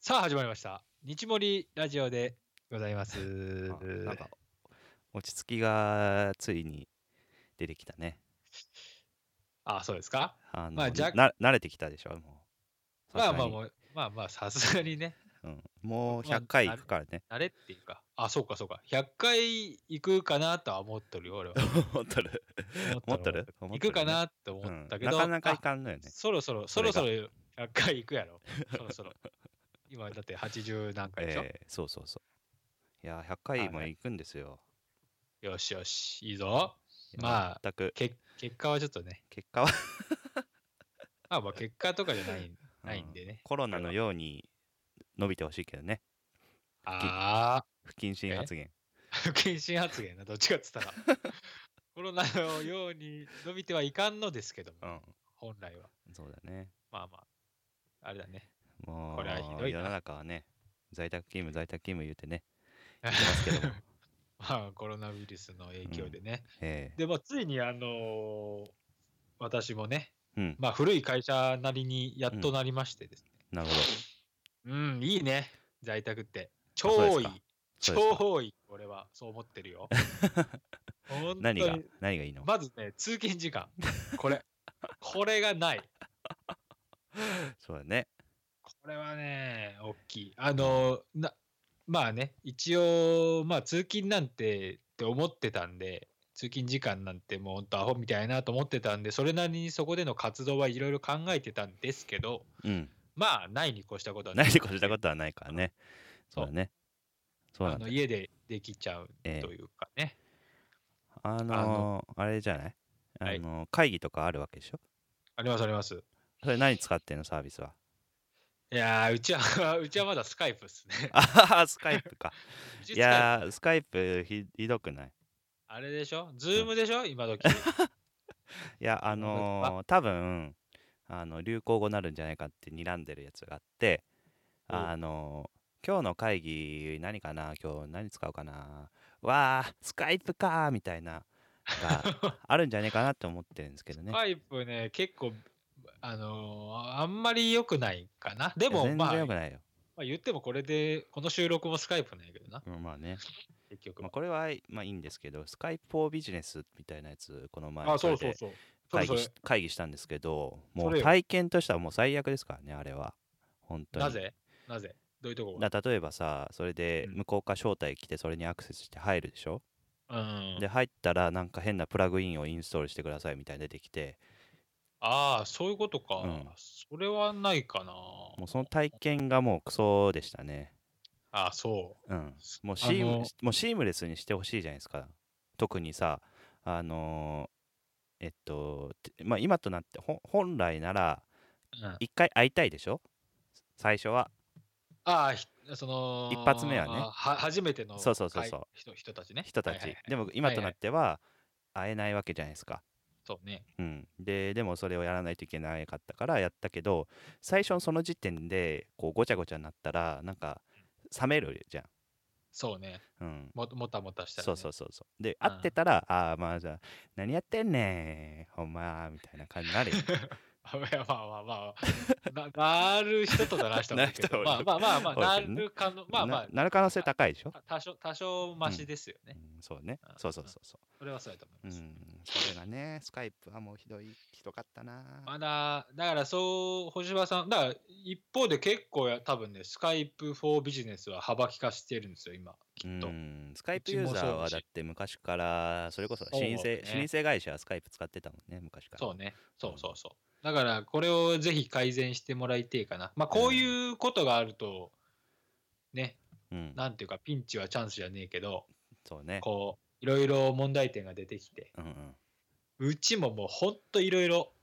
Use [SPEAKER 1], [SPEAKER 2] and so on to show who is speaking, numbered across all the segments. [SPEAKER 1] さあ始まりました。日森ラジオでございます。
[SPEAKER 2] あなんか落ち着きがついに出てきたね。
[SPEAKER 1] あそうですか
[SPEAKER 2] あの
[SPEAKER 1] まあ若
[SPEAKER 2] な慣れてきたでしょもう。
[SPEAKER 1] まあまあ
[SPEAKER 2] も
[SPEAKER 1] もう、まあまあ、さすがにね、
[SPEAKER 2] う,、ん、もう
[SPEAKER 1] まあ
[SPEAKER 2] 100回いくからね。
[SPEAKER 1] 慣れっていうか、あ、そうかそうか、100回行くかなとは思っとるよ、 俺は。
[SPEAKER 2] 思っ とる。思っとる思っ
[SPEAKER 1] 行
[SPEAKER 2] と
[SPEAKER 1] く
[SPEAKER 2] る
[SPEAKER 1] か
[SPEAKER 2] ね
[SPEAKER 1] なと
[SPEAKER 2] う
[SPEAKER 1] 思
[SPEAKER 2] ん
[SPEAKER 1] ったけ
[SPEAKER 2] な
[SPEAKER 1] ど、
[SPEAKER 2] かなか
[SPEAKER 1] あ
[SPEAKER 2] いかんのよね。
[SPEAKER 1] そろそろ、そ
[SPEAKER 2] そ
[SPEAKER 1] ろ
[SPEAKER 2] れが
[SPEAKER 1] そろ100回行くやろ。そろそろ。今だって80何回でしょ。
[SPEAKER 2] えーそうそうそう。いやー、100回も行くんですよ。
[SPEAKER 1] よしよし、いいぞ。
[SPEAKER 2] いや
[SPEAKER 1] まあ
[SPEAKER 2] 全く
[SPEAKER 1] け結果はちょっとね、
[SPEAKER 2] 結果は、
[SPEAKER 1] まあまあ結果とかじゃない、ないんで
[SPEAKER 2] うん
[SPEAKER 1] ね。
[SPEAKER 2] コロナのように伸びてほしいけどね。
[SPEAKER 1] ああ。
[SPEAKER 2] 不謹慎発言。
[SPEAKER 1] 不謹慎発言な、どっちかっつった ら。コロナのように伸びてはいかんのですけども、
[SPEAKER 2] うん。
[SPEAKER 1] 本来は。
[SPEAKER 2] そうだね。
[SPEAKER 1] まあまあ、あれだね。
[SPEAKER 2] も
[SPEAKER 1] これはひど
[SPEAKER 2] う
[SPEAKER 1] いな
[SPEAKER 2] 世の中はね、在宅勤務、在宅勤務言うてね、言ってますけども。
[SPEAKER 1] まあ、コロナウイルスの影響でね。
[SPEAKER 2] え
[SPEAKER 1] で、まあ、ついに、あのー私もね、
[SPEAKER 2] えうん、
[SPEAKER 1] まあ、古い会社なりにやっとなりましてですね。
[SPEAKER 2] なるほど。
[SPEAKER 1] うん、いいね、在宅って。
[SPEAKER 2] そう
[SPEAKER 1] 超い
[SPEAKER 2] です
[SPEAKER 1] い
[SPEAKER 2] か。そうですか
[SPEAKER 1] 超いい。俺は、そう思ってるよ。本当
[SPEAKER 2] 何が
[SPEAKER 1] に、
[SPEAKER 2] 何がいいの
[SPEAKER 1] まずね、通勤時間。これ。これがない。
[SPEAKER 2] そうだね。
[SPEAKER 1] これはね、大きい。あの、なまあね、一応、まあ、通勤なんてって思ってたんで、通勤時間なんてもう本当アホみたいなと思ってたんで、それなりにそこでの活動はいろいろ考えてたんですけど、
[SPEAKER 2] うん。
[SPEAKER 1] まあ、ないに越したことは
[SPEAKER 2] 何でこしたこととはないからね。そうだね。そう
[SPEAKER 1] あ
[SPEAKER 2] なん
[SPEAKER 1] の
[SPEAKER 2] だ。
[SPEAKER 1] 家でできちゃう
[SPEAKER 2] ええ
[SPEAKER 1] というかね。
[SPEAKER 2] あ
[SPEAKER 1] あ
[SPEAKER 2] のー、あれじゃないあ
[SPEAKER 1] はい
[SPEAKER 2] のー、会議とかあるわけでしょ
[SPEAKER 1] ありますあります。
[SPEAKER 2] それ何使ってんのサービスは。
[SPEAKER 1] いやー、うちは、うちはまだスカイプっすね。
[SPEAKER 2] あははスカイプ か。
[SPEAKER 1] うちスカ
[SPEAKER 2] い
[SPEAKER 1] イプ
[SPEAKER 2] やー、スカイプひひどくない
[SPEAKER 1] あれでしょズームでしょ今時。
[SPEAKER 2] いや、あ
[SPEAKER 1] 本当ですか
[SPEAKER 2] のー、多分あの流行語になるんじゃないかって睨んでるやつがあって、
[SPEAKER 1] お
[SPEAKER 2] あのー、今日の会議何かな今日何使うかなわー、スカイプかーみたいな、があるんじゃないかなって思ってるんですけどね
[SPEAKER 1] ス。カイプね、結構、あのーあんまり良くないかな。で
[SPEAKER 2] いや
[SPEAKER 1] も、
[SPEAKER 2] 全
[SPEAKER 1] まあ、
[SPEAKER 2] 然よく
[SPEAKER 1] ま
[SPEAKER 2] ないよ。
[SPEAKER 1] あ言ってもこれで、この収録もスカイプなんやけどな、
[SPEAKER 2] うん、まあね、
[SPEAKER 1] 結局
[SPEAKER 2] まあ、
[SPEAKER 1] は。
[SPEAKER 2] これは、まあ、いいんですけど、スカイプ・フォー・ビジネスみたいなやつ、この前
[SPEAKER 1] あ、そう
[SPEAKER 2] そ
[SPEAKER 1] そ
[SPEAKER 2] れ
[SPEAKER 1] う
[SPEAKER 2] で
[SPEAKER 1] そう。それ
[SPEAKER 2] 会
[SPEAKER 1] そ
[SPEAKER 2] 議
[SPEAKER 1] れ
[SPEAKER 2] し会議したんですけど、も
[SPEAKER 1] それ
[SPEAKER 2] う
[SPEAKER 1] よ
[SPEAKER 2] 体験としてはもう最悪ですからね、あれは。本当に。
[SPEAKER 1] なぜなぜどういうとこが
[SPEAKER 2] だ例えばさ、それで
[SPEAKER 1] うん
[SPEAKER 2] 向こうから招待来て、それにアクセスして入るでしょ、
[SPEAKER 1] うん
[SPEAKER 2] で、入ったら、なんか変なプラグインをインストールしてくださいみたいな出てきて、
[SPEAKER 1] ああ、そういうことか、
[SPEAKER 2] うん
[SPEAKER 1] それはないかな。
[SPEAKER 2] もうその体験がもうクソでしたね。
[SPEAKER 1] ああ、そう。
[SPEAKER 2] うん。もうシ
[SPEAKER 1] あの
[SPEAKER 2] ームもうシームレスにしてほしいじゃないですか。特にさ、あのーえっと、てまあ、今となってほん本来なら
[SPEAKER 1] うんあ
[SPEAKER 2] 一回会いたいでしょ最初は。
[SPEAKER 1] あ、ひその、
[SPEAKER 2] 一発目はね
[SPEAKER 1] 初めての
[SPEAKER 2] そうそうそうそう
[SPEAKER 1] 会人人たちね。
[SPEAKER 2] 人たち。
[SPEAKER 1] はいはいはい
[SPEAKER 2] でも
[SPEAKER 1] は
[SPEAKER 2] 今
[SPEAKER 1] い
[SPEAKER 2] となっては会えないわけじゃないですか。
[SPEAKER 1] そうね。
[SPEAKER 2] うん、ででもそれをやらないといけなかったからやったけど最初のその時点でこうごちゃごちゃになったらなんか冷めるじゃ
[SPEAKER 1] そうね。
[SPEAKER 2] ん、うん、
[SPEAKER 1] ももたもたしたり、
[SPEAKER 2] そ
[SPEAKER 1] ね。
[SPEAKER 2] うそうそうそうで
[SPEAKER 1] うん
[SPEAKER 2] 会ってたら「ああまあじゃあ何やってんねんほんま」みたいな感じになるよ
[SPEAKER 1] あいやまあまあまあ、な なる人とならしたもんけ
[SPEAKER 2] なる人
[SPEAKER 1] ど、
[SPEAKER 2] も
[SPEAKER 1] まあまあまあまあ、
[SPEAKER 2] 多
[SPEAKER 1] ない
[SPEAKER 2] けどね
[SPEAKER 1] る可能、 まあま
[SPEAKER 2] ななる可能性高いでしょ
[SPEAKER 1] あ、、た多少、多少マシですよね。
[SPEAKER 2] うん、そうね
[SPEAKER 1] うん
[SPEAKER 2] そうそうそうそ
[SPEAKER 1] それはそうやと思いう
[SPEAKER 2] う
[SPEAKER 1] ます。
[SPEAKER 2] んそれがねスカイプはもうひどいひどかったな
[SPEAKER 1] まだ、だからそう、星葉さん、だから一方で結構や、多分ね、スカイプフォービジネスは幅利かしてるんですよ、今、き
[SPEAKER 2] う
[SPEAKER 1] っと。
[SPEAKER 2] んスカイプ
[SPEAKER 1] うち
[SPEAKER 2] ユ
[SPEAKER 1] も
[SPEAKER 2] ーザー
[SPEAKER 1] そうだ
[SPEAKER 2] は
[SPEAKER 1] し
[SPEAKER 2] だって昔からそれこそ老舗
[SPEAKER 1] そうね
[SPEAKER 2] 老舗会社はスカイプ使ってたもんね昔から
[SPEAKER 1] そうね、そうそうそう。だから、これをぜひ改善してもらいてえかな。まあ、こういうことがあると、ね、
[SPEAKER 2] うん、
[SPEAKER 1] なんていうか、ピンチはチャンスじゃねえけど、
[SPEAKER 2] そうね
[SPEAKER 1] こう、いろいろ問題点が出てきて、
[SPEAKER 2] うんうん
[SPEAKER 1] うちももうほんといろいろ、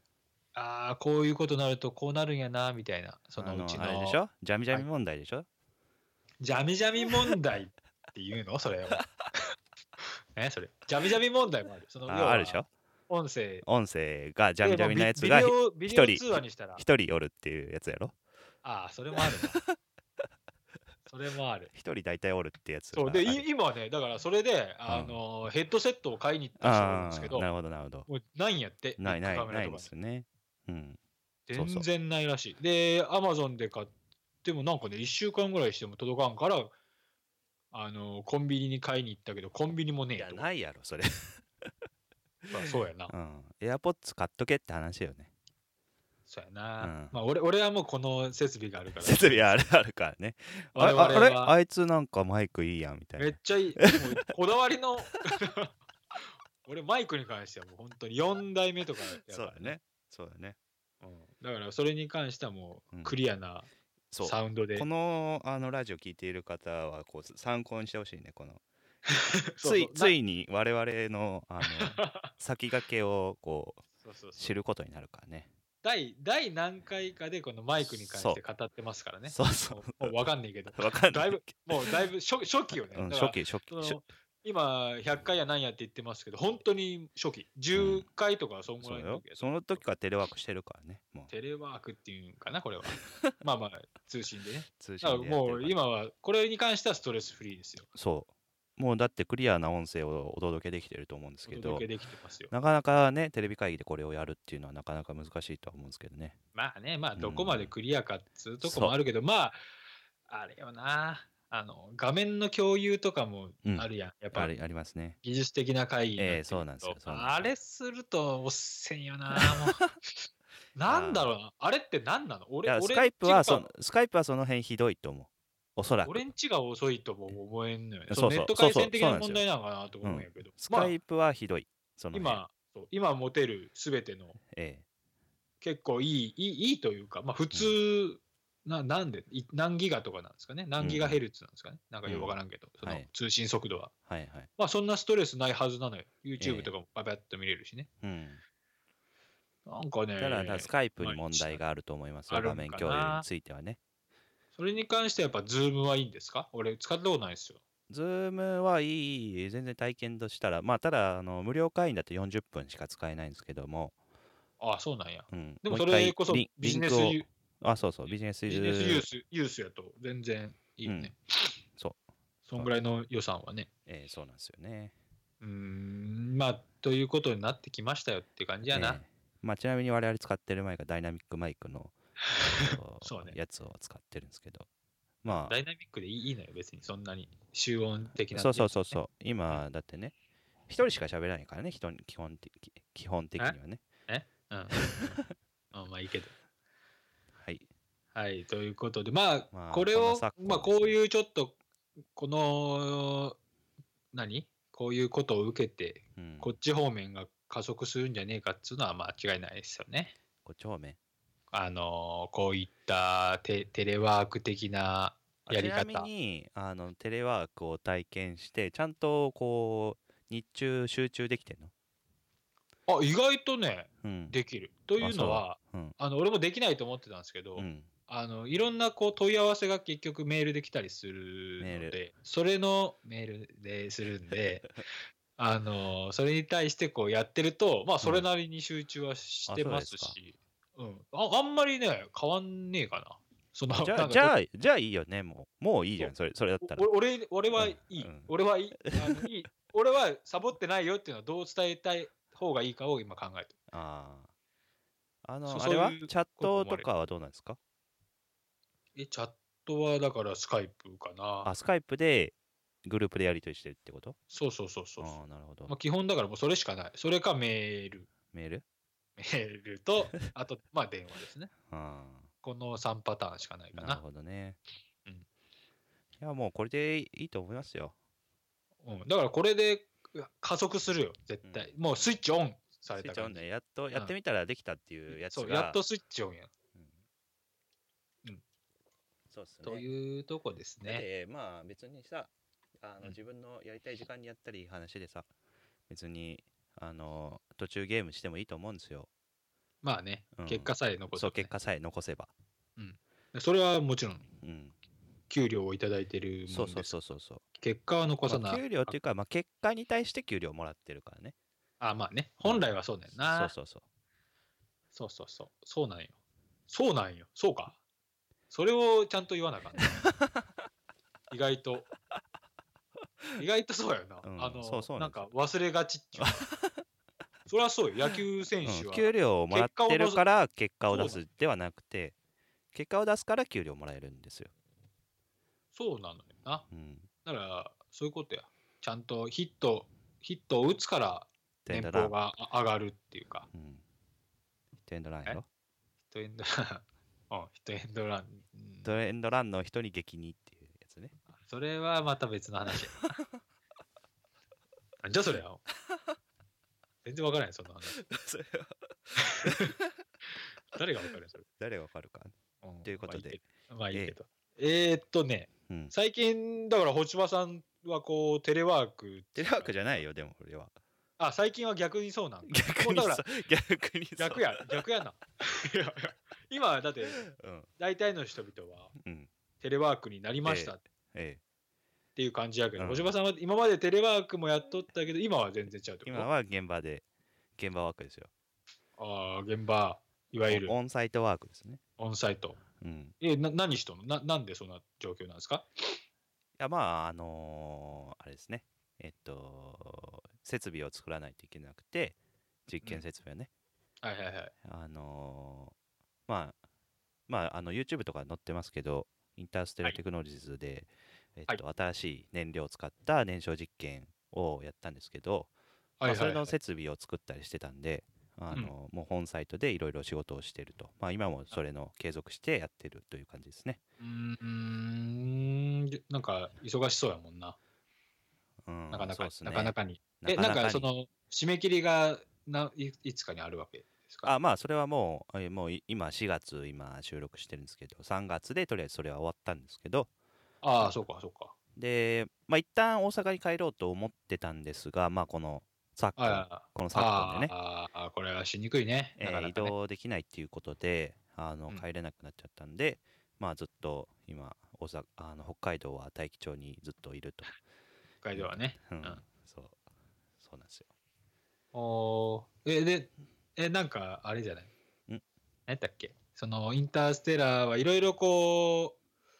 [SPEAKER 1] ああ、こういうことになるとこうなるんやな、みたいな、そ
[SPEAKER 2] あ
[SPEAKER 1] のうちの、
[SPEAKER 2] あれでしょジャミジャミ問題でしょ、
[SPEAKER 1] ジャミジャミ問題っていうのそれは。 えそれ。ジャミジャミ問題もある。その要
[SPEAKER 2] あ
[SPEAKER 1] は
[SPEAKER 2] あるでしょ
[SPEAKER 1] 音声。
[SPEAKER 2] 音声がジャミジャミなやつが
[SPEAKER 1] で
[SPEAKER 2] ひ
[SPEAKER 1] もビビデオビデオ通話にしたら、
[SPEAKER 2] 一人おるっていうやつやろ
[SPEAKER 1] ああ、それもあるな。それもあ る。
[SPEAKER 2] 一人大体おるってやつ
[SPEAKER 1] そう
[SPEAKER 2] が
[SPEAKER 1] で、
[SPEAKER 2] ある
[SPEAKER 1] い今はね、だからそれで、あの、ヘッドセットを買いに行った人がいるん
[SPEAKER 2] あ
[SPEAKER 1] ですけ
[SPEAKER 2] あ
[SPEAKER 1] ど、
[SPEAKER 2] なるほどなるほど
[SPEAKER 1] もうないんやって。
[SPEAKER 2] ないな
[SPEAKER 1] ビッグ
[SPEAKER 2] い
[SPEAKER 1] カメ
[SPEAKER 2] な
[SPEAKER 1] ラ
[SPEAKER 2] い
[SPEAKER 1] と
[SPEAKER 2] ん
[SPEAKER 1] か
[SPEAKER 2] ですよねうんそうそ
[SPEAKER 1] 全
[SPEAKER 2] う
[SPEAKER 1] 然ないらしい。で、アマゾンで買っでもなんかね、1週間ぐらいしても届かんから、あの、コンビニに買いに行ったけど、コンビニもね
[SPEAKER 2] い
[SPEAKER 1] え
[SPEAKER 2] や
[SPEAKER 1] と。
[SPEAKER 2] ないやろそれ
[SPEAKER 1] まあそうやな。
[SPEAKER 2] うんエアポッツ買っとけって話よね
[SPEAKER 1] そうやな。
[SPEAKER 2] うん
[SPEAKER 1] まあ俺、俺はもうこの設備があるから。
[SPEAKER 2] 設備あるあるからねあ
[SPEAKER 1] 我
[SPEAKER 2] れ
[SPEAKER 1] 々
[SPEAKER 2] ああれ
[SPEAKER 1] は
[SPEAKER 2] あいつなんかマイクいいやんみたい
[SPEAKER 1] め
[SPEAKER 2] な
[SPEAKER 1] っちゃいい。でもこだわりの。 俺、マイクに関してはもう本当に4代目とかやか
[SPEAKER 2] そう
[SPEAKER 1] ら
[SPEAKER 2] だ。ねそうだね
[SPEAKER 1] うんだからそれに関してはも
[SPEAKER 2] うん
[SPEAKER 1] うクリアな
[SPEAKER 2] そう
[SPEAKER 1] サウンドで。
[SPEAKER 2] このあのラジオ聞いている方はこう参考にしてほしいねこの
[SPEAKER 1] そう
[SPEAKER 2] つい
[SPEAKER 1] そう
[SPEAKER 2] ついに我々の あの先駆けをこう
[SPEAKER 1] そうそうそう
[SPEAKER 2] 知ることになるからね
[SPEAKER 1] 第第何回かでこのマイクに関して語ってますからね。
[SPEAKER 2] そうそ
[SPEAKER 1] もうもう分かんないけど。
[SPEAKER 2] う わかんな
[SPEAKER 1] だ
[SPEAKER 2] い
[SPEAKER 1] いぶ、もうだいぶ初初期よね。
[SPEAKER 2] うん、
[SPEAKER 1] だから
[SPEAKER 2] 初期初期
[SPEAKER 1] その
[SPEAKER 2] 初
[SPEAKER 1] 今、100回やなんやって言ってますけど、本当に初期、
[SPEAKER 2] う
[SPEAKER 1] 10
[SPEAKER 2] ん
[SPEAKER 1] 回とかそんぐ
[SPEAKER 2] そ
[SPEAKER 1] ら
[SPEAKER 2] う
[SPEAKER 1] いの
[SPEAKER 2] よ
[SPEAKER 1] 時や
[SPEAKER 2] その時からテレワークしてるからねもう
[SPEAKER 1] テレワークっていうんかな、 これは。まあまあ、通信でね。
[SPEAKER 2] 通信
[SPEAKER 1] だか
[SPEAKER 2] で
[SPEAKER 1] ら
[SPEAKER 2] やってるか
[SPEAKER 1] も
[SPEAKER 2] ら
[SPEAKER 1] う今は、これに関してはストレスフリーですよ。
[SPEAKER 2] そうもうだってクリアな音声をお届けできてると思うんです
[SPEAKER 1] お
[SPEAKER 2] け
[SPEAKER 1] 届
[SPEAKER 2] ど
[SPEAKER 1] けできてますよ。
[SPEAKER 2] なかなかねテレビ会議でこれをやるっていうのはなかなか難しいとは思うんですけどね
[SPEAKER 1] まあね、まあ、
[SPEAKER 2] うん
[SPEAKER 1] どこまでクリアかっつうとこ
[SPEAKER 2] そう
[SPEAKER 1] もあるけど、まあ、あれよな、あの、画面の共有とかもあるやん。やっ
[SPEAKER 2] あ
[SPEAKER 1] ぱ、
[SPEAKER 2] りありますね
[SPEAKER 1] 技術的な会議になって
[SPEAKER 2] ええそうなんですよ
[SPEAKER 1] くると
[SPEAKER 2] そうなんですよ
[SPEAKER 1] あれするとおっせんよな。も うなんだろうな。あれって何なの
[SPEAKER 2] い
[SPEAKER 1] 俺
[SPEAKER 2] や
[SPEAKER 1] 俺
[SPEAKER 2] ス
[SPEAKER 1] ん
[SPEAKER 2] カイプ
[SPEAKER 1] ち
[SPEAKER 2] は
[SPEAKER 1] が
[SPEAKER 2] そスカイプはその辺ひどいと思うおそらく
[SPEAKER 1] 俺んちが遅いとも思えんのよね。
[SPEAKER 2] そうそう
[SPEAKER 1] そのネット回
[SPEAKER 2] そうそ
[SPEAKER 1] 線
[SPEAKER 2] う
[SPEAKER 1] 的
[SPEAKER 2] そ
[SPEAKER 1] な
[SPEAKER 2] うなんです
[SPEAKER 1] 問題
[SPEAKER 2] よ
[SPEAKER 1] なのかなと思うんやけど。
[SPEAKER 2] ス
[SPEAKER 1] ま
[SPEAKER 2] カ
[SPEAKER 1] あ
[SPEAKER 2] イプはひどいその辺
[SPEAKER 1] 今、そう今持てるすべての
[SPEAKER 2] ええ
[SPEAKER 1] 結構いい、いいいいというか、まあ普通、ななんでい何ギガとかなんですかね何ギガヘルツなんですかね、なんかよくわからんけど、そ
[SPEAKER 2] は
[SPEAKER 1] の
[SPEAKER 2] い
[SPEAKER 1] 通信速度は。
[SPEAKER 2] はいはい
[SPEAKER 1] まあそんなストレスないはずなのよ。
[SPEAKER 2] ええ
[SPEAKER 1] YouTube とかもパパッと見れるしね。
[SPEAKER 2] うん
[SPEAKER 1] なんかね。
[SPEAKER 2] ただだスカイプに
[SPEAKER 1] まあ
[SPEAKER 2] 問題があると思いますよ
[SPEAKER 1] ある
[SPEAKER 2] 画
[SPEAKER 1] んか
[SPEAKER 2] 面
[SPEAKER 1] な
[SPEAKER 2] 共有についてはね
[SPEAKER 1] それに関してはやっぱ Zoom はいいんですか俺使ったことないですよ。
[SPEAKER 2] ズームはいい全然体験としたらまあただあの無料会員だと40分しか使えないんですけども、
[SPEAKER 1] ああ、そうなんや。
[SPEAKER 2] うん、
[SPEAKER 1] でも
[SPEAKER 2] う一
[SPEAKER 1] そ
[SPEAKER 2] 回
[SPEAKER 1] れこそ
[SPEAKER 2] リン
[SPEAKER 1] ビジネス
[SPEAKER 2] リンクを
[SPEAKER 1] ユ
[SPEAKER 2] あ、そうそう、ビジネス
[SPEAKER 1] ビジネスユースユースやと全然いいよね。
[SPEAKER 2] そう。
[SPEAKER 1] そんぐらいの予算はね。
[SPEAKER 2] えーそうなんですよね。
[SPEAKER 1] うーん、まあ、ということになってきましたよって感じやな。
[SPEAKER 2] えーまあ、ちなみに我々使ってるマイクはダイナミックマイクのえっ と
[SPEAKER 1] そうね
[SPEAKER 2] やつを使ってるんですけど、ま
[SPEAKER 1] ダイナミックでいいいいのよ、別にそんなに集音的
[SPEAKER 2] あ、
[SPEAKER 1] な、
[SPEAKER 2] そうそうそうそう、今だってね、一人しか喋らないからね、人に基本的基本的にはね。
[SPEAKER 1] う。うん。 うんまあいいけど。
[SPEAKER 2] はい、
[SPEAKER 1] はい、ということで、まあ、
[SPEAKER 2] まあ
[SPEAKER 1] これ
[SPEAKER 2] こんな
[SPEAKER 1] を、
[SPEAKER 2] 昨今
[SPEAKER 1] まあ、
[SPEAKER 2] ですね
[SPEAKER 1] こういうちょっと、この、何こういうことを受けて、
[SPEAKER 2] うん、
[SPEAKER 1] こっち方面が加速するんじゃねえかっつうのは間違いないですよね。
[SPEAKER 2] こ丁目
[SPEAKER 1] あのーこういったテテレワーク的な
[SPEAKER 2] あ
[SPEAKER 1] やり
[SPEAKER 2] ち
[SPEAKER 1] 方
[SPEAKER 2] なみ。にあのテレワークを体験してちゃんとこう日中集中できてんの、
[SPEAKER 1] あ意外とね
[SPEAKER 2] うん、
[SPEAKER 1] できる。というのは
[SPEAKER 2] あそううん
[SPEAKER 1] あ、の俺もできないと思ってたんですけど、
[SPEAKER 2] うん、
[SPEAKER 1] あのいろんなこう問い合わせが結局メールできたりする
[SPEAKER 2] メール
[SPEAKER 1] のでそれのメールでするん であのそれに対してこうやってると、まあ、それなりに集中はしてますし、うんああんまりね変わんねえかな。その
[SPEAKER 2] じ
[SPEAKER 1] な
[SPEAKER 2] ゃ
[SPEAKER 1] ん
[SPEAKER 2] あ
[SPEAKER 1] か
[SPEAKER 2] じゃあじゃあいいよねもうもういいじゃんそれそれだったら
[SPEAKER 1] お俺俺はいい、
[SPEAKER 2] うん
[SPEAKER 1] 俺はいいあのいい俺はサボってないよっていうのはどう伝えたい方がいいかを今考えてる
[SPEAKER 2] ああ。あの、
[SPEAKER 1] そう
[SPEAKER 2] あれは
[SPEAKER 1] そういう
[SPEAKER 2] チャッ
[SPEAKER 1] こと
[SPEAKER 2] ト
[SPEAKER 1] もあ
[SPEAKER 2] と
[SPEAKER 1] る
[SPEAKER 2] かはどうなんですか
[SPEAKER 1] えチャットはだからスカイプかな
[SPEAKER 2] あ、スカイプでグループでやり取りしてるってこと
[SPEAKER 1] そうそうそうそう
[SPEAKER 2] ああ、なるほど
[SPEAKER 1] まあ、。基本だからもうそれしかないそれかメール
[SPEAKER 2] メール
[SPEAKER 1] メールと あとまあ電話ですね
[SPEAKER 2] あ
[SPEAKER 1] この3パターンしかない
[SPEAKER 2] あ、
[SPEAKER 1] か
[SPEAKER 2] なる
[SPEAKER 1] な
[SPEAKER 2] ほどね。
[SPEAKER 1] うん
[SPEAKER 2] いや、もうこれでいいと思いますよ。
[SPEAKER 1] うん、だからこれでうわ加速するよ絶対、もうスイッチオンされ
[SPEAKER 2] スイッ
[SPEAKER 1] た
[SPEAKER 2] チオン
[SPEAKER 1] 感じ
[SPEAKER 2] ね、やっとやってみたらできたっていうやつが。
[SPEAKER 1] そうやっとスイッチオンや
[SPEAKER 2] うん。
[SPEAKER 1] うん
[SPEAKER 2] そうっすね。
[SPEAKER 1] というとこです
[SPEAKER 2] だっ
[SPEAKER 1] ね
[SPEAKER 2] てまあ別にさあ
[SPEAKER 1] うん
[SPEAKER 2] の自分のやりたい時間にやったりいい話でさ別にあの途中ゲームしてもいいと思うんですよ
[SPEAKER 1] まあね、
[SPEAKER 2] うん
[SPEAKER 1] 結果さえ残す、
[SPEAKER 2] そう
[SPEAKER 1] ね、
[SPEAKER 2] 結果さえ残せば
[SPEAKER 1] それはもちろん
[SPEAKER 2] うん
[SPEAKER 1] 給料をいただいてる
[SPEAKER 2] そ
[SPEAKER 1] も
[SPEAKER 2] うんそ
[SPEAKER 1] で
[SPEAKER 2] う
[SPEAKER 1] す
[SPEAKER 2] そうそうそう
[SPEAKER 1] 結果は残さ
[SPEAKER 2] ま
[SPEAKER 1] な
[SPEAKER 2] あ
[SPEAKER 1] い、
[SPEAKER 2] 給料っていうか、まあ、結果に対して給料もらってるからね。
[SPEAKER 1] あまあね本来はそうだよな、
[SPEAKER 2] そうそう
[SPEAKER 1] そうそうそうそうなんよそうなんよそうかそれをちゃんと言わなあ かった意外と意外とそうやな、
[SPEAKER 2] うん
[SPEAKER 1] あの
[SPEAKER 2] そうそう
[SPEAKER 1] な
[SPEAKER 2] な
[SPEAKER 1] んん
[SPEAKER 2] ですよ
[SPEAKER 1] か忘れがちっちゅうかそりゃそうよ野球選
[SPEAKER 2] そ
[SPEAKER 1] 手
[SPEAKER 2] う、うん。
[SPEAKER 1] は、
[SPEAKER 2] 給料をもらってるから結果を
[SPEAKER 1] そう
[SPEAKER 2] 出すではなくて、結果を出すから給料もらえるんですよ。
[SPEAKER 1] そうなのよな。
[SPEAKER 2] うん、
[SPEAKER 1] だから、そういうことや。ちゃんとヒット、ヒットを打つから、
[SPEAKER 2] テ
[SPEAKER 1] 年
[SPEAKER 2] ンド
[SPEAKER 1] 俸
[SPEAKER 2] ラン。
[SPEAKER 1] が上がるっていうか、
[SPEAKER 2] うん、テンドランやろ。
[SPEAKER 1] ヒットエンドラン、 うん、ヒットエンドラン、うん
[SPEAKER 2] テンドランの人に激にっていうやつね。
[SPEAKER 1] それはまた別の話 や。なんじゃそれや。全然わからない、 そんな話。
[SPEAKER 2] それは
[SPEAKER 1] 誰がわかるんそれ。
[SPEAKER 2] 誰がわかるか。
[SPEAKER 1] ん
[SPEAKER 2] ということで。
[SPEAKER 1] まあいいけど。まあいいけどえーっとね、
[SPEAKER 2] うん。
[SPEAKER 1] 最近、だから、星葉さんはこう、テレワーク。
[SPEAKER 2] テレワークじゃないよ、でも俺は。
[SPEAKER 1] あ、最近は逆にそうなんだ
[SPEAKER 2] 逆に
[SPEAKER 1] もうだ
[SPEAKER 2] そ
[SPEAKER 1] か
[SPEAKER 2] 逆にそう
[SPEAKER 1] 逆。や、逆やな。 いや今はだって、
[SPEAKER 2] うん。
[SPEAKER 1] 大体の人々は
[SPEAKER 2] うん。
[SPEAKER 1] テレワークになりましたっ
[SPEAKER 2] ええ。
[SPEAKER 1] ていう感じやけど、
[SPEAKER 2] うん
[SPEAKER 1] 星葉さんは今までテレワークもやっとったけど、今は全然違うってこと
[SPEAKER 2] 今は現場で、現場ワークですよ。
[SPEAKER 1] ああ、現場、いわゆる
[SPEAKER 2] オンサイトワークですね。
[SPEAKER 1] オンサイト。
[SPEAKER 2] うん。
[SPEAKER 1] え、な何しとんのななんでそんな状況なんですか
[SPEAKER 2] いやまああのーあれですねえっと設備を作らないといけなくて実
[SPEAKER 1] う
[SPEAKER 2] 験
[SPEAKER 1] ん
[SPEAKER 2] 設備をね、
[SPEAKER 1] はいはいはい。
[SPEAKER 2] あのーまあまああの YouTube とか載ってますけどインターステラ
[SPEAKER 1] はい
[SPEAKER 2] テクノロジーズで、えっと新しい燃料を使った燃焼実験をやったんですけど、
[SPEAKER 1] はいはい、はい
[SPEAKER 2] まあ、それの設備を作ったりしてたんで、あのーもう本サイトでいろいろ仕事をしてると、まあ、今もそれの継続してやってるという感じですね。
[SPEAKER 1] うーん、でなんか忙しそうやもんな。
[SPEAKER 2] うん、
[SPEAKER 1] なかな
[SPEAKER 2] そ
[SPEAKER 1] か、
[SPEAKER 2] うっすね
[SPEAKER 1] なかなかに。え、
[SPEAKER 2] なか
[SPEAKER 1] な
[SPEAKER 2] なんか
[SPEAKER 1] か
[SPEAKER 2] に
[SPEAKER 1] その、締め切りがないいつかにあるわけですか
[SPEAKER 2] あまあそれはもうえもうい今4月今収録してるんですけど3月でとりあえずそれは終わったんですけど
[SPEAKER 1] ああ、そうかそうか。
[SPEAKER 2] でまあ一旦大阪に帰ろうと思ってたんですがまあこの昨
[SPEAKER 1] あ
[SPEAKER 2] 今
[SPEAKER 1] あ
[SPEAKER 2] この昨今でね、
[SPEAKER 1] ああ、これはしにくいね。
[SPEAKER 2] えー
[SPEAKER 1] なかな
[SPEAKER 2] 移
[SPEAKER 1] かね
[SPEAKER 2] 動できないっていうことであの
[SPEAKER 1] うん
[SPEAKER 2] 帰れなくなっちゃったんで、まあずっと今大阪あの北海道は大気町にずっといると、
[SPEAKER 1] 北海道はね。
[SPEAKER 2] うん
[SPEAKER 1] うん
[SPEAKER 2] そうそうなんですよ
[SPEAKER 1] おーえ、で、え、なんか、あれじゃない何やったっけその、インターステラーはいろいろこう、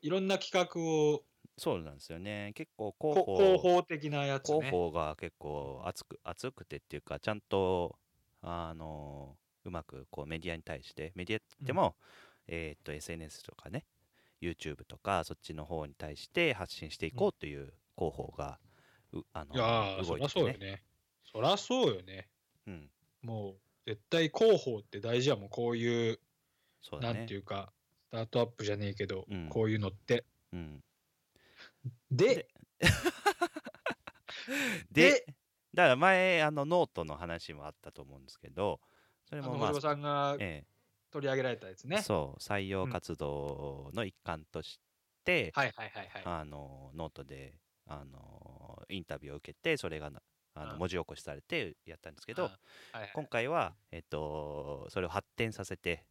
[SPEAKER 1] いろんな企画を、
[SPEAKER 2] そうなんですよね結構
[SPEAKER 1] こ
[SPEAKER 2] 広報
[SPEAKER 1] 広報的なやつ
[SPEAKER 2] 広
[SPEAKER 1] ね。
[SPEAKER 2] 報が結構熱く熱くてっていうかちゃんとあのうまくこうメディアに対してメディアって言っても、えーっと SNS とかね YouTube とかそっちの方に対して発信していこうという広報がうあの
[SPEAKER 1] いやー、
[SPEAKER 2] 動
[SPEAKER 1] そ
[SPEAKER 2] い
[SPEAKER 1] りゃ
[SPEAKER 2] て
[SPEAKER 1] そう
[SPEAKER 2] て
[SPEAKER 1] よ
[SPEAKER 2] ね
[SPEAKER 1] ね。そりゃそうよね。
[SPEAKER 2] うん
[SPEAKER 1] もう、絶対広報って大事やもん。こういう、
[SPEAKER 2] そう
[SPEAKER 1] な
[SPEAKER 2] だ
[SPEAKER 1] ん
[SPEAKER 2] ね
[SPEAKER 1] ていうか、スタートアップじゃねえけど、
[SPEAKER 2] うん
[SPEAKER 1] こういうのって。
[SPEAKER 2] うん
[SPEAKER 1] で、
[SPEAKER 2] で
[SPEAKER 1] で
[SPEAKER 2] だから前あのノートの話もあったと思うんですけどそ
[SPEAKER 1] あ
[SPEAKER 2] れ
[SPEAKER 1] の、
[SPEAKER 2] もまあ
[SPEAKER 1] 星葉さんが
[SPEAKER 2] え
[SPEAKER 1] 取り上げられたやつ
[SPEAKER 2] え
[SPEAKER 1] ね。
[SPEAKER 2] そう採用
[SPEAKER 1] うん
[SPEAKER 2] 活動の一環として、
[SPEAKER 1] はいはいはいはい。
[SPEAKER 2] あのノートであのインタビューを受けてそれがなあの
[SPEAKER 1] うん
[SPEAKER 2] 文字起こしされてやったんですけ
[SPEAKER 1] あ
[SPEAKER 2] ど
[SPEAKER 1] ーはいはい
[SPEAKER 2] 今回は、えっと、それを発展させて、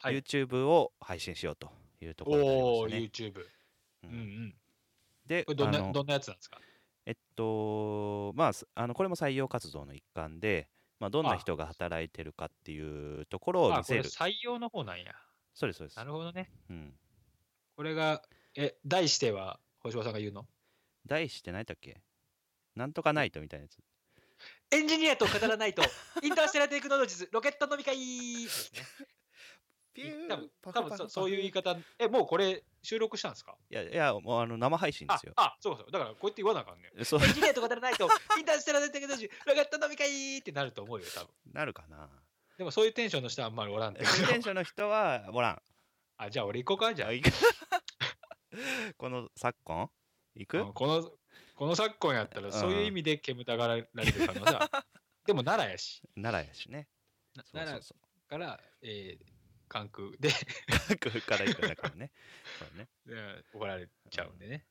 [SPEAKER 1] はい
[SPEAKER 2] YouTube を配信しようというところになりま
[SPEAKER 1] おお
[SPEAKER 2] した
[SPEAKER 1] ー、
[SPEAKER 2] ね。
[SPEAKER 1] YouTube。う
[SPEAKER 2] う
[SPEAKER 1] んんうん。
[SPEAKER 2] で
[SPEAKER 1] これどん
[SPEAKER 2] あ
[SPEAKER 1] な
[SPEAKER 2] の
[SPEAKER 1] どんなやつなんですか
[SPEAKER 2] えっとまあすあのこれも採用活動の一環で、まあ、どんな
[SPEAKER 1] あ
[SPEAKER 2] 人が働いてるかっていうところを
[SPEAKER 1] あ
[SPEAKER 2] 見
[SPEAKER 1] こ
[SPEAKER 2] せ
[SPEAKER 1] れ
[SPEAKER 2] る
[SPEAKER 1] 採用の方なんや。
[SPEAKER 2] そうですそうです
[SPEAKER 1] な、るほどね。
[SPEAKER 2] うん。
[SPEAKER 1] これが、え、題しては、星葉さんが言うの
[SPEAKER 2] 題して何だっけなんとかないとみたいなやつ。
[SPEAKER 1] エンジニアと語らないと、インターステラテクノロジーズ、ロケット飲み会ですね。多分多分そそういう言い
[SPEAKER 2] い
[SPEAKER 1] 方、え、もうこれ収録したんですか
[SPEAKER 2] やいやもうあの生配信で
[SPEAKER 1] あ
[SPEAKER 2] すよ。
[SPEAKER 1] あ、そうそう。だからこうやって言わなあかんね。
[SPEAKER 2] そう
[SPEAKER 1] エンジニアと語らないと、インターステラテクノロジー、ロケット飲み会 ってなると思うよ、多分。
[SPEAKER 2] なるか な。
[SPEAKER 1] でもそういうテンションの人はあんまりおらんって
[SPEAKER 2] 自転車の人はおらん。
[SPEAKER 1] あ、じゃあ俺行こうか、じゃあ。
[SPEAKER 2] 行く この昨今行く
[SPEAKER 1] うんこのこの昨今やったらそういう意味で煙たがられる可能性はあるでも奈良やし
[SPEAKER 2] 奈良やしね。
[SPEAKER 1] な
[SPEAKER 2] そう
[SPEAKER 1] 奈
[SPEAKER 2] そ
[SPEAKER 1] 良
[SPEAKER 2] うそう。
[SPEAKER 1] から、えー、関空で
[SPEAKER 2] 関 空から行くんだからね。そうね。
[SPEAKER 1] うん怒られちゃうんでね、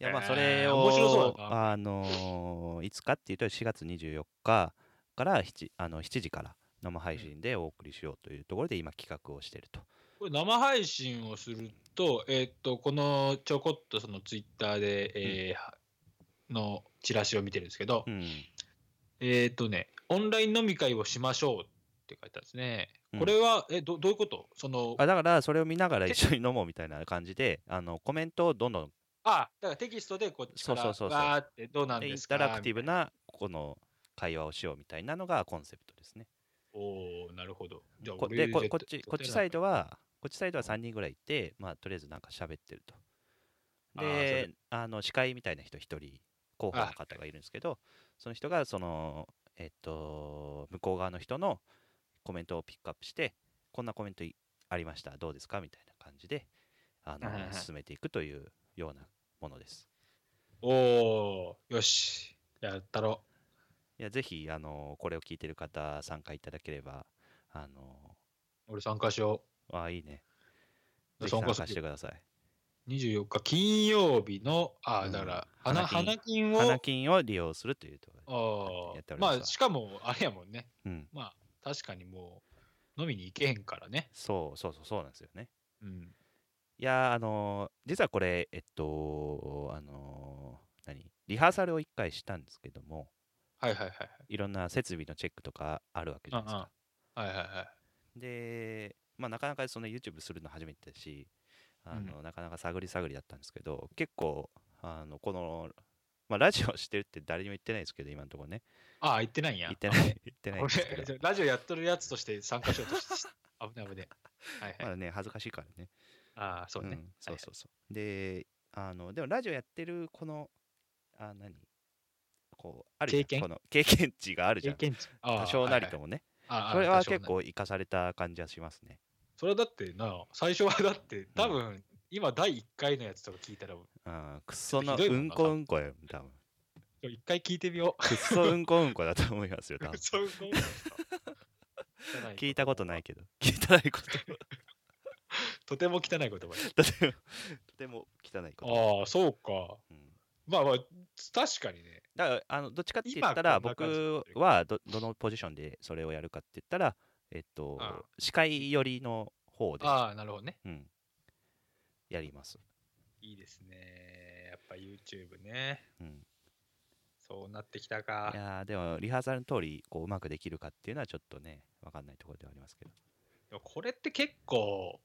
[SPEAKER 2] いやまあ
[SPEAKER 1] えー
[SPEAKER 2] それを、
[SPEAKER 1] 面白そうだ
[SPEAKER 2] あのーいつかっていうと4月24日から7あの7時から生配信でお送りしようというところで今企画をしてると。
[SPEAKER 1] これ生配信をすると,、えーっとこのちょこっとそのツイッターで、えーのチラシを見てるんですけど、
[SPEAKER 2] うん。
[SPEAKER 1] えーっとねオンライン飲み会をしましょうって書いてあるんですね
[SPEAKER 2] うん
[SPEAKER 1] これは、えどどういうことその
[SPEAKER 2] あだからそれを見ながら一緒に飲もうみたいな感じであのコメントをどんどん
[SPEAKER 1] あだからテキストでこっちから
[SPEAKER 2] そう
[SPEAKER 1] わ
[SPEAKER 2] そうそうそう
[SPEAKER 1] ーってどうなん
[SPEAKER 2] でイ
[SPEAKER 1] で
[SPEAKER 2] ン
[SPEAKER 1] すか
[SPEAKER 2] タラクティブ
[SPEAKER 1] みたい
[SPEAKER 2] なこの会話をしようみたいなのがコンセプトですね。
[SPEAKER 1] おおなるほど。じゃあ
[SPEAKER 2] こ
[SPEAKER 1] 俺
[SPEAKER 2] でこ
[SPEAKER 1] 絶
[SPEAKER 2] こっ
[SPEAKER 1] 対
[SPEAKER 2] ち
[SPEAKER 1] 絶
[SPEAKER 2] こっ
[SPEAKER 1] 対な
[SPEAKER 2] ち
[SPEAKER 1] ん
[SPEAKER 2] サ
[SPEAKER 1] か
[SPEAKER 2] イドはこっちサイドは3人ぐらいいて、まあ、とりあえずなんか喋ってると。
[SPEAKER 1] あー
[SPEAKER 2] で、あの司会みたいな人1人、候補の
[SPEAKER 1] あ
[SPEAKER 2] 方がいるんですけど、その人が、その、えっと、向こう側の人のコメントをピックアップして、こんなコメントいありました、どうですかみたいな感じで、あの
[SPEAKER 1] はいはいはい
[SPEAKER 2] 進めていくというようなものです。
[SPEAKER 1] おー、よし。やったろ
[SPEAKER 2] いや、ぜひ、あの、これを聞いてる方、参加いただければ、あの、
[SPEAKER 1] う。俺参加しよ
[SPEAKER 2] ああ、いいね。
[SPEAKER 1] う。
[SPEAKER 2] ぜひ
[SPEAKER 1] 参加
[SPEAKER 2] 参
[SPEAKER 1] す
[SPEAKER 2] 加して
[SPEAKER 1] る。
[SPEAKER 2] ください。
[SPEAKER 1] 24日金曜日の、あ
[SPEAKER 2] う
[SPEAKER 1] ー、
[SPEAKER 2] ん
[SPEAKER 1] だから、
[SPEAKER 2] 花
[SPEAKER 1] 花花金
[SPEAKER 2] 金
[SPEAKER 1] を、
[SPEAKER 2] 花金を利用するというとこ
[SPEAKER 1] あ
[SPEAKER 2] ろで。やって
[SPEAKER 1] あ
[SPEAKER 2] おります
[SPEAKER 1] ま
[SPEAKER 2] わ
[SPEAKER 1] あ、しかも、あれやもんね。
[SPEAKER 2] うん。
[SPEAKER 1] まあ、確かにもう、飲みに行けへんからね。
[SPEAKER 2] そうそうそうそうなんですよね。
[SPEAKER 1] うん。
[SPEAKER 2] いやーあのー実はこれえっとあのー何リハーサルを一回したんですけども
[SPEAKER 1] はいはいはいはい。
[SPEAKER 2] いろんな設備のチェックとかあるわけじゃないですか。
[SPEAKER 1] はいはいはい。
[SPEAKER 2] でまあなかなかその YouTube するの初めてだしあの、なかなか探り探りだったんですけど結構あのこの、まあ、ラジオしてるって誰にも言ってないですけど今のところね
[SPEAKER 1] ああ、行ってないんや。
[SPEAKER 2] 言ってない 言ってないん
[SPEAKER 1] こ
[SPEAKER 2] ですけど
[SPEAKER 1] れ、ラジオやっとるやつとして参加しようとして、危ない危ない。はい
[SPEAKER 2] ま
[SPEAKER 1] はい。
[SPEAKER 2] だね恥ずかしいからね。
[SPEAKER 1] ああ、そうね
[SPEAKER 2] ん。そうそうそう。で、あの、でもラジオやってるこの、あ、何こう、あるじゃ
[SPEAKER 1] 経
[SPEAKER 2] ん
[SPEAKER 1] 験
[SPEAKER 2] この経験値がある
[SPEAKER 1] はい
[SPEAKER 2] じ
[SPEAKER 1] は
[SPEAKER 2] ゃ
[SPEAKER 1] い
[SPEAKER 2] ん。
[SPEAKER 1] 経験値。
[SPEAKER 2] 多少なりと
[SPEAKER 1] も。
[SPEAKER 2] もね。
[SPEAKER 1] ああ
[SPEAKER 2] それは結。
[SPEAKER 1] ああ多少なり
[SPEAKER 2] 構生かされた感じはしますね。
[SPEAKER 1] それはだってな、最初はだって、多分、今第1回のやつとか聞いたら、
[SPEAKER 2] うん、くっその
[SPEAKER 1] ひどいも
[SPEAKER 2] うんん
[SPEAKER 1] な
[SPEAKER 2] こうんこよ、多分。
[SPEAKER 1] 一回聞いてみよう。。
[SPEAKER 2] くっそうんこうんこだと思いますよ、多分
[SPEAKER 1] そうそうなんですか
[SPEAKER 2] 聞いたことない。けど。聞いたない こと。
[SPEAKER 1] とても汚い言葉。
[SPEAKER 2] とても、とても汚いこと。
[SPEAKER 1] ああ、そうか。
[SPEAKER 2] うん
[SPEAKER 1] まあまあ、確かにね。
[SPEAKER 2] だからあのどっちかって言った
[SPEAKER 1] 今
[SPEAKER 2] ら
[SPEAKER 1] こんな感じ
[SPEAKER 2] 僕はどどのポジションでそれをやるかって言ったら、えっと
[SPEAKER 1] うん
[SPEAKER 2] 司会寄りの方で
[SPEAKER 1] ああ、なるほどね。
[SPEAKER 2] うん、やります、
[SPEAKER 1] いいですね。やっぱ YouTube ね。
[SPEAKER 2] うん、
[SPEAKER 1] そうなってきた
[SPEAKER 2] い
[SPEAKER 1] か。
[SPEAKER 2] やーでもリハーサルの通りこううまくできるかっていうのはちょっとね分かんないところではありますけど
[SPEAKER 1] でもこれって結構、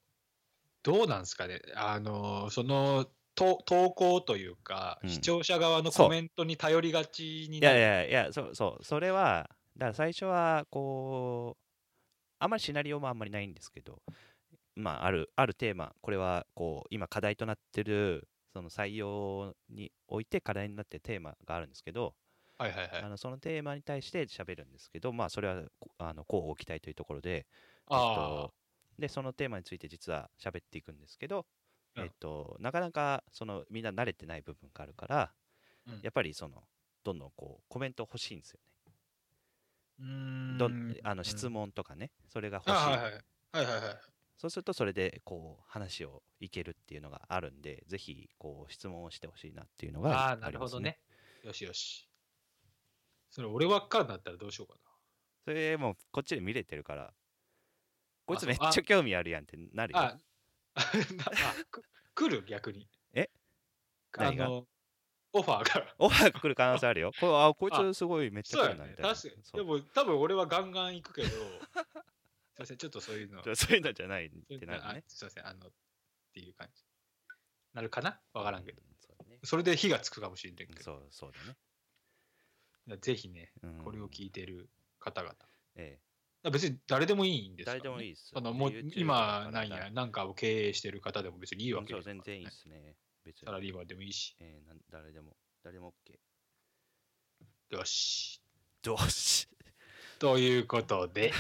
[SPEAKER 1] どうなんですかね。あの、その、と投稿というか、
[SPEAKER 2] うん
[SPEAKER 1] 視聴者側の
[SPEAKER 2] そう
[SPEAKER 1] コメントに頼りがちに
[SPEAKER 2] い
[SPEAKER 1] な
[SPEAKER 2] やい
[SPEAKER 1] る。
[SPEAKER 2] やいやそうそうそれはだから最初はこうあんまりシナリオもあんまりないんですけどまああるあるテーマこれはこう今課題となってるその採用において課題になってるテーマがあるんですけど、
[SPEAKER 1] はいはいはい
[SPEAKER 2] あ。のそのテーマに対して喋るんですけどまあそれはこあのこう置きたいというところでえっ
[SPEAKER 1] あ
[SPEAKER 2] と、でそのテーマについて実は喋っていくんですけど、
[SPEAKER 1] うん
[SPEAKER 2] えっと、なかなかそのみんな慣れてない部分があるから、
[SPEAKER 1] うん
[SPEAKER 2] やっぱりそのどんどんこうコメント欲しいんですよね。
[SPEAKER 1] ーうーん
[SPEAKER 2] どんあの質
[SPEAKER 1] 問
[SPEAKER 2] 問とかね、それが欲しい。
[SPEAKER 1] あはいはいはいはいはい。
[SPEAKER 2] そうするとそれでこう話をいけるっていうのがあるんで、ぜひこう質問をしてほしいなっていうのが
[SPEAKER 1] あ
[SPEAKER 2] あ
[SPEAKER 1] あ、
[SPEAKER 2] ります、ね。
[SPEAKER 1] なるほどね。よしよし。それ俺輪っかになったらどうしようか
[SPEAKER 2] それもうこっちで見れてるから、こいつ
[SPEAKER 1] そう
[SPEAKER 2] めっちゃ
[SPEAKER 1] あ
[SPEAKER 2] 興味あるやんってなるよ。
[SPEAKER 1] な。あ、あなあ く来る逆に。
[SPEAKER 2] え
[SPEAKER 1] あ
[SPEAKER 2] 何が
[SPEAKER 1] の、オファーが。
[SPEAKER 2] オファーが来る可能性あるよ。これあこい
[SPEAKER 1] あ
[SPEAKER 2] つすごいめっちゃ
[SPEAKER 1] そう
[SPEAKER 2] 来
[SPEAKER 1] や
[SPEAKER 2] るなみ
[SPEAKER 1] ね。
[SPEAKER 2] たいな。
[SPEAKER 1] 確かに。
[SPEAKER 2] そう
[SPEAKER 1] でも多分俺はガンガン行くけど、すい ません、ちょっとそういうの。
[SPEAKER 2] じゃあそういうのじゃないっ
[SPEAKER 1] そうい
[SPEAKER 2] て
[SPEAKER 1] う
[SPEAKER 2] な
[SPEAKER 1] の
[SPEAKER 2] る
[SPEAKER 1] あ
[SPEAKER 2] ね。
[SPEAKER 1] すいません、あの、っていう感じ。なるかなわからんけど。
[SPEAKER 2] うそうだね。
[SPEAKER 1] それで火がつくかもしれんけど。
[SPEAKER 2] そうそうだね。
[SPEAKER 1] ぜひね、
[SPEAKER 2] うん
[SPEAKER 1] これを聞いてる方々。
[SPEAKER 2] え
[SPEAKER 1] 別に誰でもいいんです
[SPEAKER 2] え、
[SPEAKER 1] からね
[SPEAKER 2] 誰でもいいっす
[SPEAKER 1] そ
[SPEAKER 2] よ。
[SPEAKER 1] のもう
[SPEAKER 2] YouTube
[SPEAKER 1] 今
[SPEAKER 2] だから
[SPEAKER 1] なんや、なんかを経営してる方でも別にいいわ
[SPEAKER 2] うん
[SPEAKER 1] けで
[SPEAKER 2] そう、
[SPEAKER 1] すから
[SPEAKER 2] 全然いいっ
[SPEAKER 1] ね
[SPEAKER 2] すね。別
[SPEAKER 1] サラ
[SPEAKER 2] に。
[SPEAKER 1] リーマンでもいいし。
[SPEAKER 2] ええなん誰でも、誰でも OK。
[SPEAKER 1] よし。
[SPEAKER 2] どうし。
[SPEAKER 1] ということで、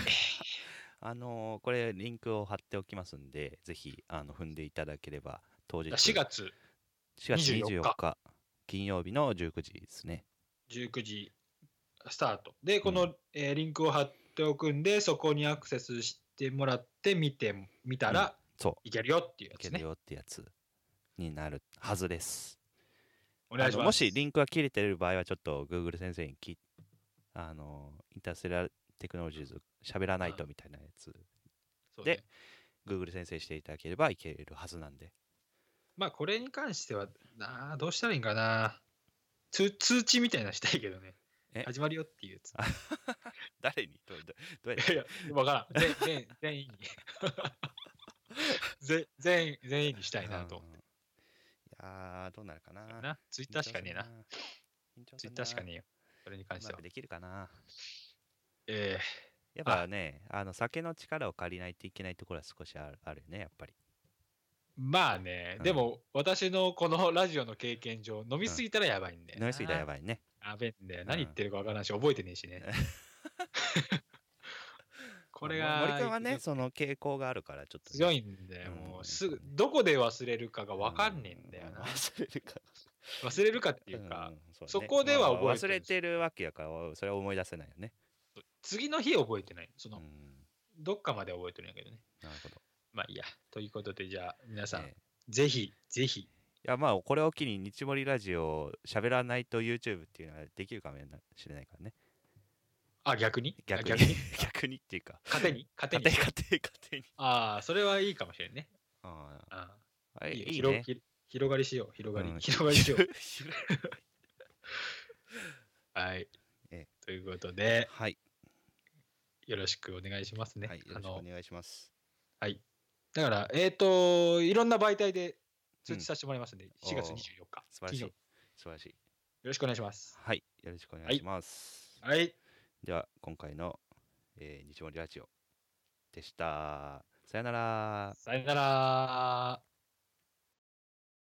[SPEAKER 2] あのーこれ、リンクを貼っておきますんで、ぜひ、あの、踏んでいただければ、当日。
[SPEAKER 1] 4。月
[SPEAKER 2] 4月
[SPEAKER 1] 24
[SPEAKER 2] 24日、金曜日の19時ですね。
[SPEAKER 1] 19時スタート。で、この、えーリンクを貼っておくんで、そこにアクセスしてもらって見て、見たら
[SPEAKER 2] そ
[SPEAKER 1] いけるよっていう
[SPEAKER 2] う、
[SPEAKER 1] や
[SPEAKER 2] い
[SPEAKER 1] つ
[SPEAKER 2] け
[SPEAKER 1] ね
[SPEAKER 2] る。よってやつになるはずです。
[SPEAKER 1] お願いします。
[SPEAKER 2] あのもしリンクが切れてる場合は、ちょっと Google 先生にきあのインターステラテクノロジーズ喋らないとみたいなやつ、
[SPEAKER 1] そう
[SPEAKER 2] で
[SPEAKER 1] ね、
[SPEAKER 2] Google 先生していただければいけるはずなんで。
[SPEAKER 1] まあ、これに関しては、なあどうしたらいいんかな。通通知みたいなのしたいけどね
[SPEAKER 2] え。
[SPEAKER 1] 始まるよっていうやつ。
[SPEAKER 2] 誰にどうどどうやっ
[SPEAKER 1] いや、わからん。全全全員に。 全全全員にした
[SPEAKER 2] た
[SPEAKER 1] いなと思っ
[SPEAKER 2] いやー、どうなるかな。
[SPEAKER 1] たな。ツイッターしかねえな。。
[SPEAKER 2] 緊張するな
[SPEAKER 1] ツイッターしかねえよ。それに関
[SPEAKER 2] う
[SPEAKER 1] し
[SPEAKER 2] ま
[SPEAKER 1] ては
[SPEAKER 2] く。できるかな。
[SPEAKER 1] え
[SPEAKER 2] やっぱね、あの酒の力を借りないといけないところは少しあるあるよね、やっぱり。
[SPEAKER 1] まあね
[SPEAKER 2] う、ん
[SPEAKER 1] でも私のこのラジオの経験上、飲みすぎたらやばいんだよな。
[SPEAKER 2] 飲みすぎたらやばいね。
[SPEAKER 1] やべえんだよ。
[SPEAKER 2] ん
[SPEAKER 1] 何言ってるかわからんし、覚えてねえし ね。これが、
[SPEAKER 2] 森君はね、その傾向があるから、ちょっとね、
[SPEAKER 1] 強いんだよ。も
[SPEAKER 2] うん
[SPEAKER 1] うすぐ、どこで忘れるかがわかんねえんだよ
[SPEAKER 2] う
[SPEAKER 1] な。
[SPEAKER 2] 忘れるか。
[SPEAKER 1] 忘れるかっていうか
[SPEAKER 2] ん、うね
[SPEAKER 1] そこでは覚えてる
[SPEAKER 2] まあ忘れてるわけやから、それは思い出せないよね。
[SPEAKER 1] 次の日覚えてない。そうの、
[SPEAKER 2] ん。
[SPEAKER 1] どっかまで覚えてるんやけどね。
[SPEAKER 2] なるほど。
[SPEAKER 1] まあいいや。ということで、じゃあ、皆さん
[SPEAKER 2] え、え
[SPEAKER 1] ぜひ、ぜひ、
[SPEAKER 2] いやまあこれを機に日盛りラジオを喋らないと YouTube っていうのはできるかもしれないからね
[SPEAKER 1] あ、逆にあ
[SPEAKER 2] 逆に
[SPEAKER 1] 逆
[SPEAKER 2] 逆 に
[SPEAKER 1] に
[SPEAKER 2] っていうか
[SPEAKER 1] 勝手に勝手
[SPEAKER 2] 勝手
[SPEAKER 1] に
[SPEAKER 2] に勝手に勝手に
[SPEAKER 1] ああ、それはいいかもしれんね。
[SPEAKER 2] あー
[SPEAKER 1] あ
[SPEAKER 2] あ
[SPEAKER 1] あ
[SPEAKER 2] れ
[SPEAKER 1] いいよ
[SPEAKER 2] いい
[SPEAKER 1] 広
[SPEAKER 2] ね
[SPEAKER 1] ひ広がりしよう。広がり。
[SPEAKER 2] うん
[SPEAKER 1] 広がりし よう。
[SPEAKER 2] 広
[SPEAKER 1] はい
[SPEAKER 2] ええ。
[SPEAKER 1] ということで、
[SPEAKER 2] はい、
[SPEAKER 1] よろしくお願いしますね。
[SPEAKER 2] はい、よ
[SPEAKER 1] あ
[SPEAKER 2] ろしくお
[SPEAKER 1] の、
[SPEAKER 2] 願いします
[SPEAKER 1] はい。だから、えっ、と、いろんな媒体で通知させてもらいますんで、4月24
[SPEAKER 2] おー
[SPEAKER 1] 日。
[SPEAKER 2] 素晴ら
[SPEAKER 1] 金
[SPEAKER 2] しい
[SPEAKER 1] 曜日よ
[SPEAKER 2] 素晴らしい
[SPEAKER 1] ろしくお願いします。
[SPEAKER 2] はいよろしくお願
[SPEAKER 1] はいい
[SPEAKER 2] します、
[SPEAKER 1] はい。
[SPEAKER 2] では今回の、えー日盛りラジオでしたさよなら
[SPEAKER 1] さよなら。